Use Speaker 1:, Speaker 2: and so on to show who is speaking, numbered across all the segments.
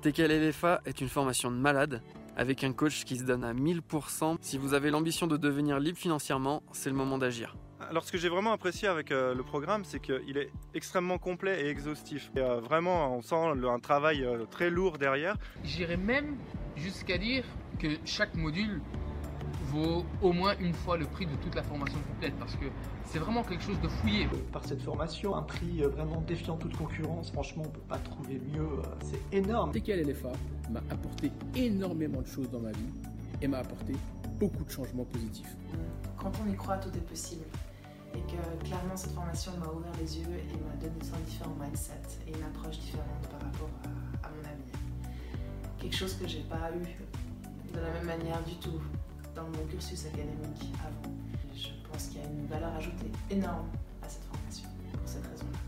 Speaker 1: TKL est une formation de malade avec un coach qui se donne à 1000%. Si vous avez l'ambition de devenir libre financièrement, c'est le moment d'agir.
Speaker 2: Alors ce que j'ai vraiment apprécié avec euh, le programme, c'est qu'il est extrêmement complet et exhaustif. Et, euh, vraiment, on sent le, un travail euh, très lourd derrière.
Speaker 3: J'irais même jusqu'à dire que chaque module vaut au moins une fois le prix de toute la formation complète parce que c'est vraiment quelque chose de fouillé.
Speaker 4: Par cette formation, un prix euh, vraiment défiant toute concurrence, franchement on peut pas trouver mieux, euh, c'est énorme.
Speaker 5: TKL LFA m'a apporté énormément de choses dans ma vie et m'a apporté beaucoup de changements positifs.
Speaker 6: Quand on y croit, tout est possible. Et que clairement cette formation m'a ouvert les yeux et m'a donné un différent mindset et une approche différente par rapport à, à mon avenir. Quelque chose que j'ai pas eu de la même manière du tout dans mon cursus académique avant. Je pense qu'il y a une valeur ajoutée énorme à cette formation pour cette raison-là.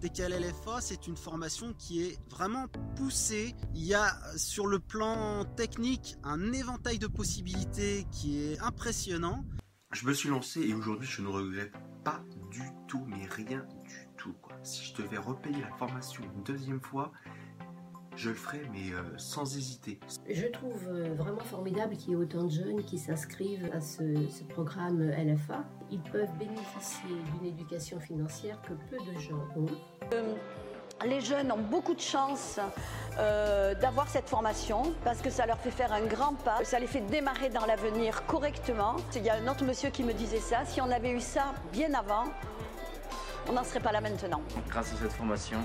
Speaker 7: TKLFA, c'est une formation qui est vraiment poussée. Il y a euh, sur le plan technique un éventail de possibilités qui est impressionnant.
Speaker 8: Je me suis lancé et aujourd'hui je ne regrette pas du tout, mais rien du tout. Quoi. Si je devais repayer la formation une deuxième fois, je le ferai, mais euh, sans hésiter.
Speaker 9: Je trouve euh, vraiment formidable qu'il y ait autant de jeunes qui s'inscrivent à ce, ce, programme LFA. Ils peuvent bénéficier d'une éducation financière que peu de gens ont.
Speaker 10: Euh, les jeunes ont beaucoup de chance euh, d'avoir cette formation parce que ça leur fait faire un grand pas, ça les fait démarrer dans l'avenir correctement. Il y a un autre monsieur qui me disait ça, si on avait eu ça bien avant, on n'en serait pas là maintenant.
Speaker 11: Grâce à cette formation,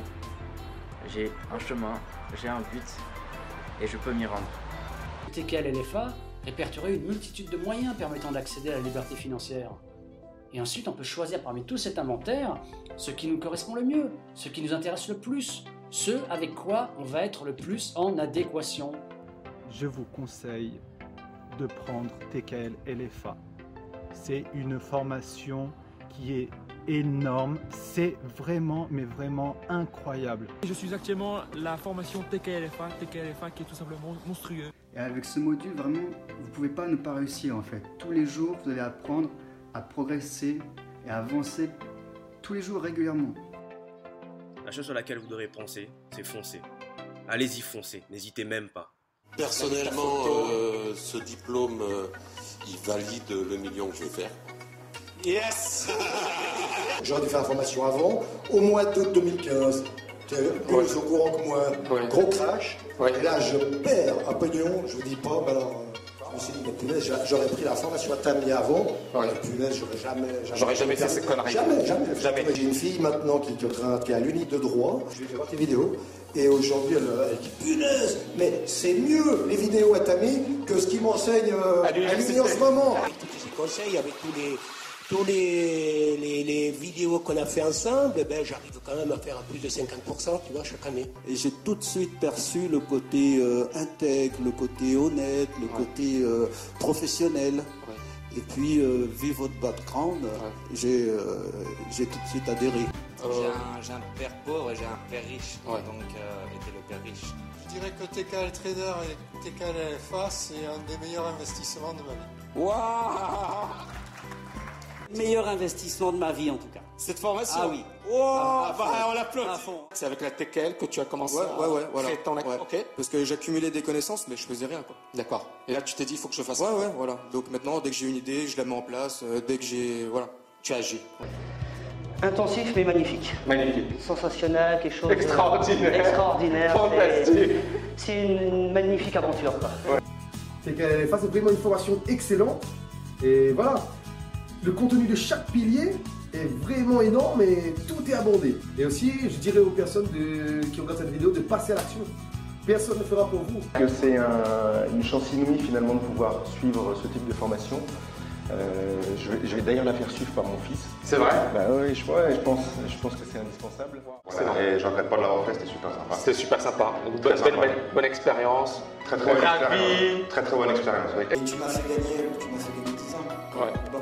Speaker 11: j'ai un chemin, j'ai un but et je peux m'y rendre.
Speaker 12: TKL LFA répertorie une multitude de moyens permettant d'accéder à la liberté financière. Et ensuite, on peut choisir parmi tout cet inventaire ce qui nous correspond le mieux, ce qui nous intéresse le plus, ce avec quoi on va être le plus en adéquation.
Speaker 13: Je vous conseille de prendre TKL LFA. C'est une formation qui est énorme. C'est vraiment, mais vraiment incroyable.
Speaker 14: Je suis actuellement la formation TKLFA, TKLFA qui est tout simplement monstrueux.
Speaker 15: Et avec ce module, vraiment, vous pouvez pas ne pas réussir en fait. Tous les jours, vous allez apprendre à progresser et à avancer tous les jours régulièrement.
Speaker 16: La chose sur laquelle vous devrez penser, c'est foncer. Allez-y, foncez, n'hésitez même pas.
Speaker 17: Personnellement, euh, ce diplôme, euh, il valide le million que je vais faire.
Speaker 18: Yes J'aurais dû faire la formation avant, au mois d'août 2015. Tu es plus au courant que moi. Ouais. Gros crash. Ouais. Et là, je perds un pognon. Je vous dis pas, mais alors. Je me suis dit, mais punaise, j'aurais pris la formation à Tammy avant. Ouais. Et punaise, j'aurais jamais.
Speaker 17: J'aurais jamais, fait cette connerie.
Speaker 18: Jamais, jamais. jamais. J'ai une fille maintenant qui, qui est à l'unité de droit. Je lui ai fait voir tes vidéos. Et aujourd'hui, elle, elle, dit punaise, mais c'est mieux les vidéos à Tammy que ce qui m'enseigne euh, à l'Uni en ce moment.
Speaker 19: Avec tous les conseils, avec tous les tous les, les, les vidéos qu'on a fait ensemble, ben, j'arrive quand même à faire à plus de 50%, tu vois, chaque année.
Speaker 20: Et j'ai tout de suite perçu le côté euh, intègre, le côté honnête, le ouais. côté euh, professionnel. Ouais. Et puis, euh, vu votre background, ouais. j'ai, euh, j'ai tout de suite adhéré.
Speaker 1: J'ai un, un, père pauvre et j'ai un père riche, donc j'étais le père riche.
Speaker 5: Je dirais que TKL Trader et TKL LFA, c'est un des meilleurs investissements de ma vie.
Speaker 7: Waouh meilleur investissement de ma vie en tout cas.
Speaker 17: Cette formation
Speaker 7: Ah oui.
Speaker 17: Oh,
Speaker 20: Ah,
Speaker 17: à, à bah, on l'applaudit. C'est avec la TKL que tu as commencé
Speaker 20: ouais, à ouais, ouais, voilà.
Speaker 17: ton ouais.
Speaker 20: Okay. Parce que j'accumulais des connaissances, mais je faisais rien. quoi.
Speaker 17: D'accord. Et là, tu t'es dit, il faut que je fasse
Speaker 20: Ouais, ouais, voilà. Donc maintenant, dès que j'ai une idée, je la mets en place. Euh, dès que j'ai. Voilà.
Speaker 17: Tu agis.
Speaker 3: Intensif mais magnifique.
Speaker 17: Magnifique.
Speaker 3: Sensationnel, quelque chose.
Speaker 17: Extraordinaire.
Speaker 3: Extraordinaire.
Speaker 17: Fantastique.
Speaker 3: C'est une magnifique aventure. Quoi.
Speaker 18: Ouais. TKL LFA, c'est vraiment une formation excellente. Et voilà le contenu de chaque pilier est vraiment énorme et tout est abordé. Et aussi, je dirais aux personnes de, qui regardent cette vidéo de passer à l'action. Personne ne fera pour vous.
Speaker 9: Que c'est un, une chance inouïe finalement de pouvoir suivre ce type de formation. Euh, je vais, vais d'ailleurs la faire suivre par mon fils.
Speaker 17: C'est vrai
Speaker 9: bah, Oui, je, ouais, je, pense, je pense que c'est indispensable.
Speaker 17: Voilà,
Speaker 9: et je regrette pas de l'avoir fait, c'était super sympa.
Speaker 17: C'était super sympa. Une bonne, sympa. Belle, bonne, expérience.
Speaker 9: Très très, bonne expérience. Très, très bonne expérience. Oui.
Speaker 6: Et tu m'as fait gagner, tu m'as fait gagner tout ça.
Speaker 17: Ouais. Bon.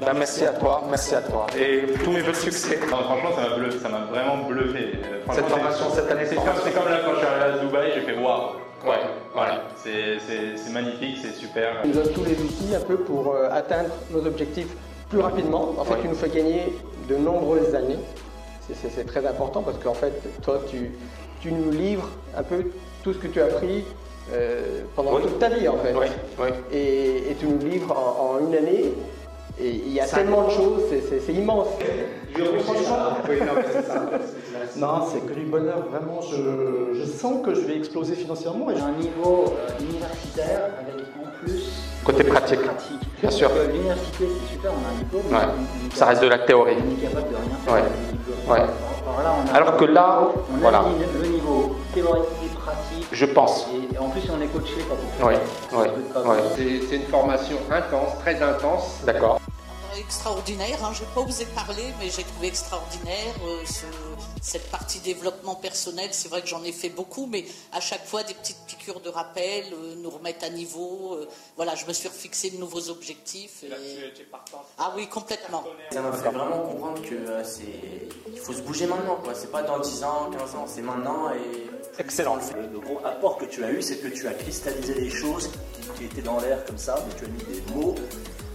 Speaker 17: Bah, merci à toi, merci à toi. Et tous mes voeux de succès.
Speaker 9: Non, franchement, ça m'a bleu, ça m'a vraiment bluffé. Euh,
Speaker 17: Cette formation, cette année,
Speaker 9: c'est comme, comme, là quand je suis arrivé à Dubaï, j'ai fait waouh.
Speaker 17: Ouais, voilà.
Speaker 9: C'est magnifique, c'est super.
Speaker 2: Il nous donne tous les outils un peu pour euh, atteindre nos objectifs plus rapidement. En fait, ouais. il nous fait gagner de nombreuses années. C'est très important parce qu'en fait, toi, tu,
Speaker 18: tu nous livres un peu tout ce que tu as appris euh, pendant
Speaker 10: Oui.
Speaker 18: toute ta vie, en fait.
Speaker 10: Oui,
Speaker 18: Et, et tu nous livres en, en une année. Et il y a
Speaker 10: Ça
Speaker 18: tellement de
Speaker 10: dépend.
Speaker 18: choses, c'est- c'est c'est immense.
Speaker 10: Ah, Oui, non, mais c'est ça.
Speaker 18: Non, c'est que du bonheur, vraiment. Je, je sens que je vais exploser financièrement. Et
Speaker 21: un niveau euh, universitaire avec en plus
Speaker 10: Côté pratique. Bien sûr.
Speaker 21: Parce que L'université c'est super, on a un diplôme.
Speaker 10: Ouais.
Speaker 21: mais on-
Speaker 10: Ça reste de la théorie.
Speaker 21: On est capable de rien faire.
Speaker 10: Ouais.
Speaker 21: avec le diplôme.
Speaker 10: Ouais.
Speaker 21: Alors là, on a-
Speaker 10: Alors que là,
Speaker 21: on a
Speaker 10: voilà.
Speaker 21: le- le niveau théorique et pratique.
Speaker 10: Je pense.
Speaker 21: Et, et en plus, on est coaché quand on fait
Speaker 10: Ouais,
Speaker 21: ça.
Speaker 10: ouais,
Speaker 21: C'est pas
Speaker 10: ouais.
Speaker 21: mal.
Speaker 10: C'est-
Speaker 6: C'est une formation intense, très intense.
Speaker 10: D'accord.
Speaker 22: extraordinaire. hein. Je n'ai pas osé parler, mais j'ai trouvé extraordinaire euh, ce- cette partie développement personnel. C'est vrai que j'en ai fait beaucoup, mais à chaque fois, des petites piqûres de rappel euh, nous remettent à niveau. euh, voilà, je me suis refixé de nouveaux objectifs. et- Ah oui, complètement.
Speaker 23: Ça m'a fait vraiment comprendre que euh, c'est. Il faut se bouger maintenant, quoi. C'est pas dans 10 ans, 15 ans, c'est maintenant et.
Speaker 24: Excellent. Le, le gros apport que tu as eu, c'est que tu as cristallisé les choses qui, qui étaient dans l'air comme ça, mais tu as mis des mots,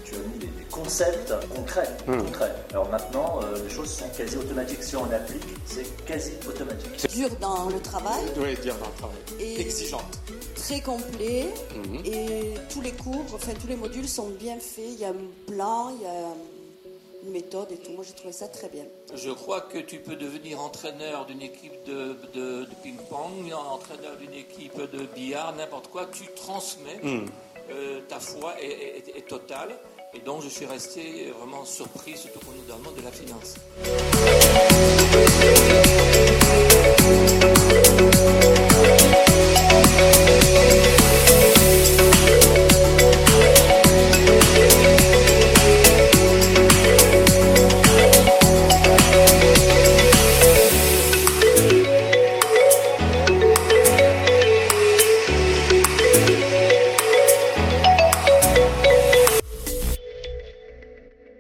Speaker 24: tu as mis des, des concepts concrets,
Speaker 6: Hmm.
Speaker 24: concrets. Alors maintenant, euh, les choses sont quasi automatiques. Si on applique, c'est quasi automatique.
Speaker 22: Dur dans le travail,
Speaker 6: Oui, dire dans le travail.
Speaker 22: Et-
Speaker 6: Exigeante.
Speaker 22: très complet.
Speaker 6: Mhm.
Speaker 22: Et tous les cours, enfin tous les modules sont bien faits. Il y a un plan, il y a une méthode et tout. Moi, j'ai trouvé ça très bien.
Speaker 25: Je crois que tu peux devenir entraîneur d'une équipe de, de- de ping-pong, entraîneur d'une équipe de billard, n'importe quoi. Tu transmets
Speaker 6: Mm.
Speaker 25: euh, ta foi est, est- est totale. Et donc, je suis resté vraiment surpris, surtout qu'on nous demande de la finance.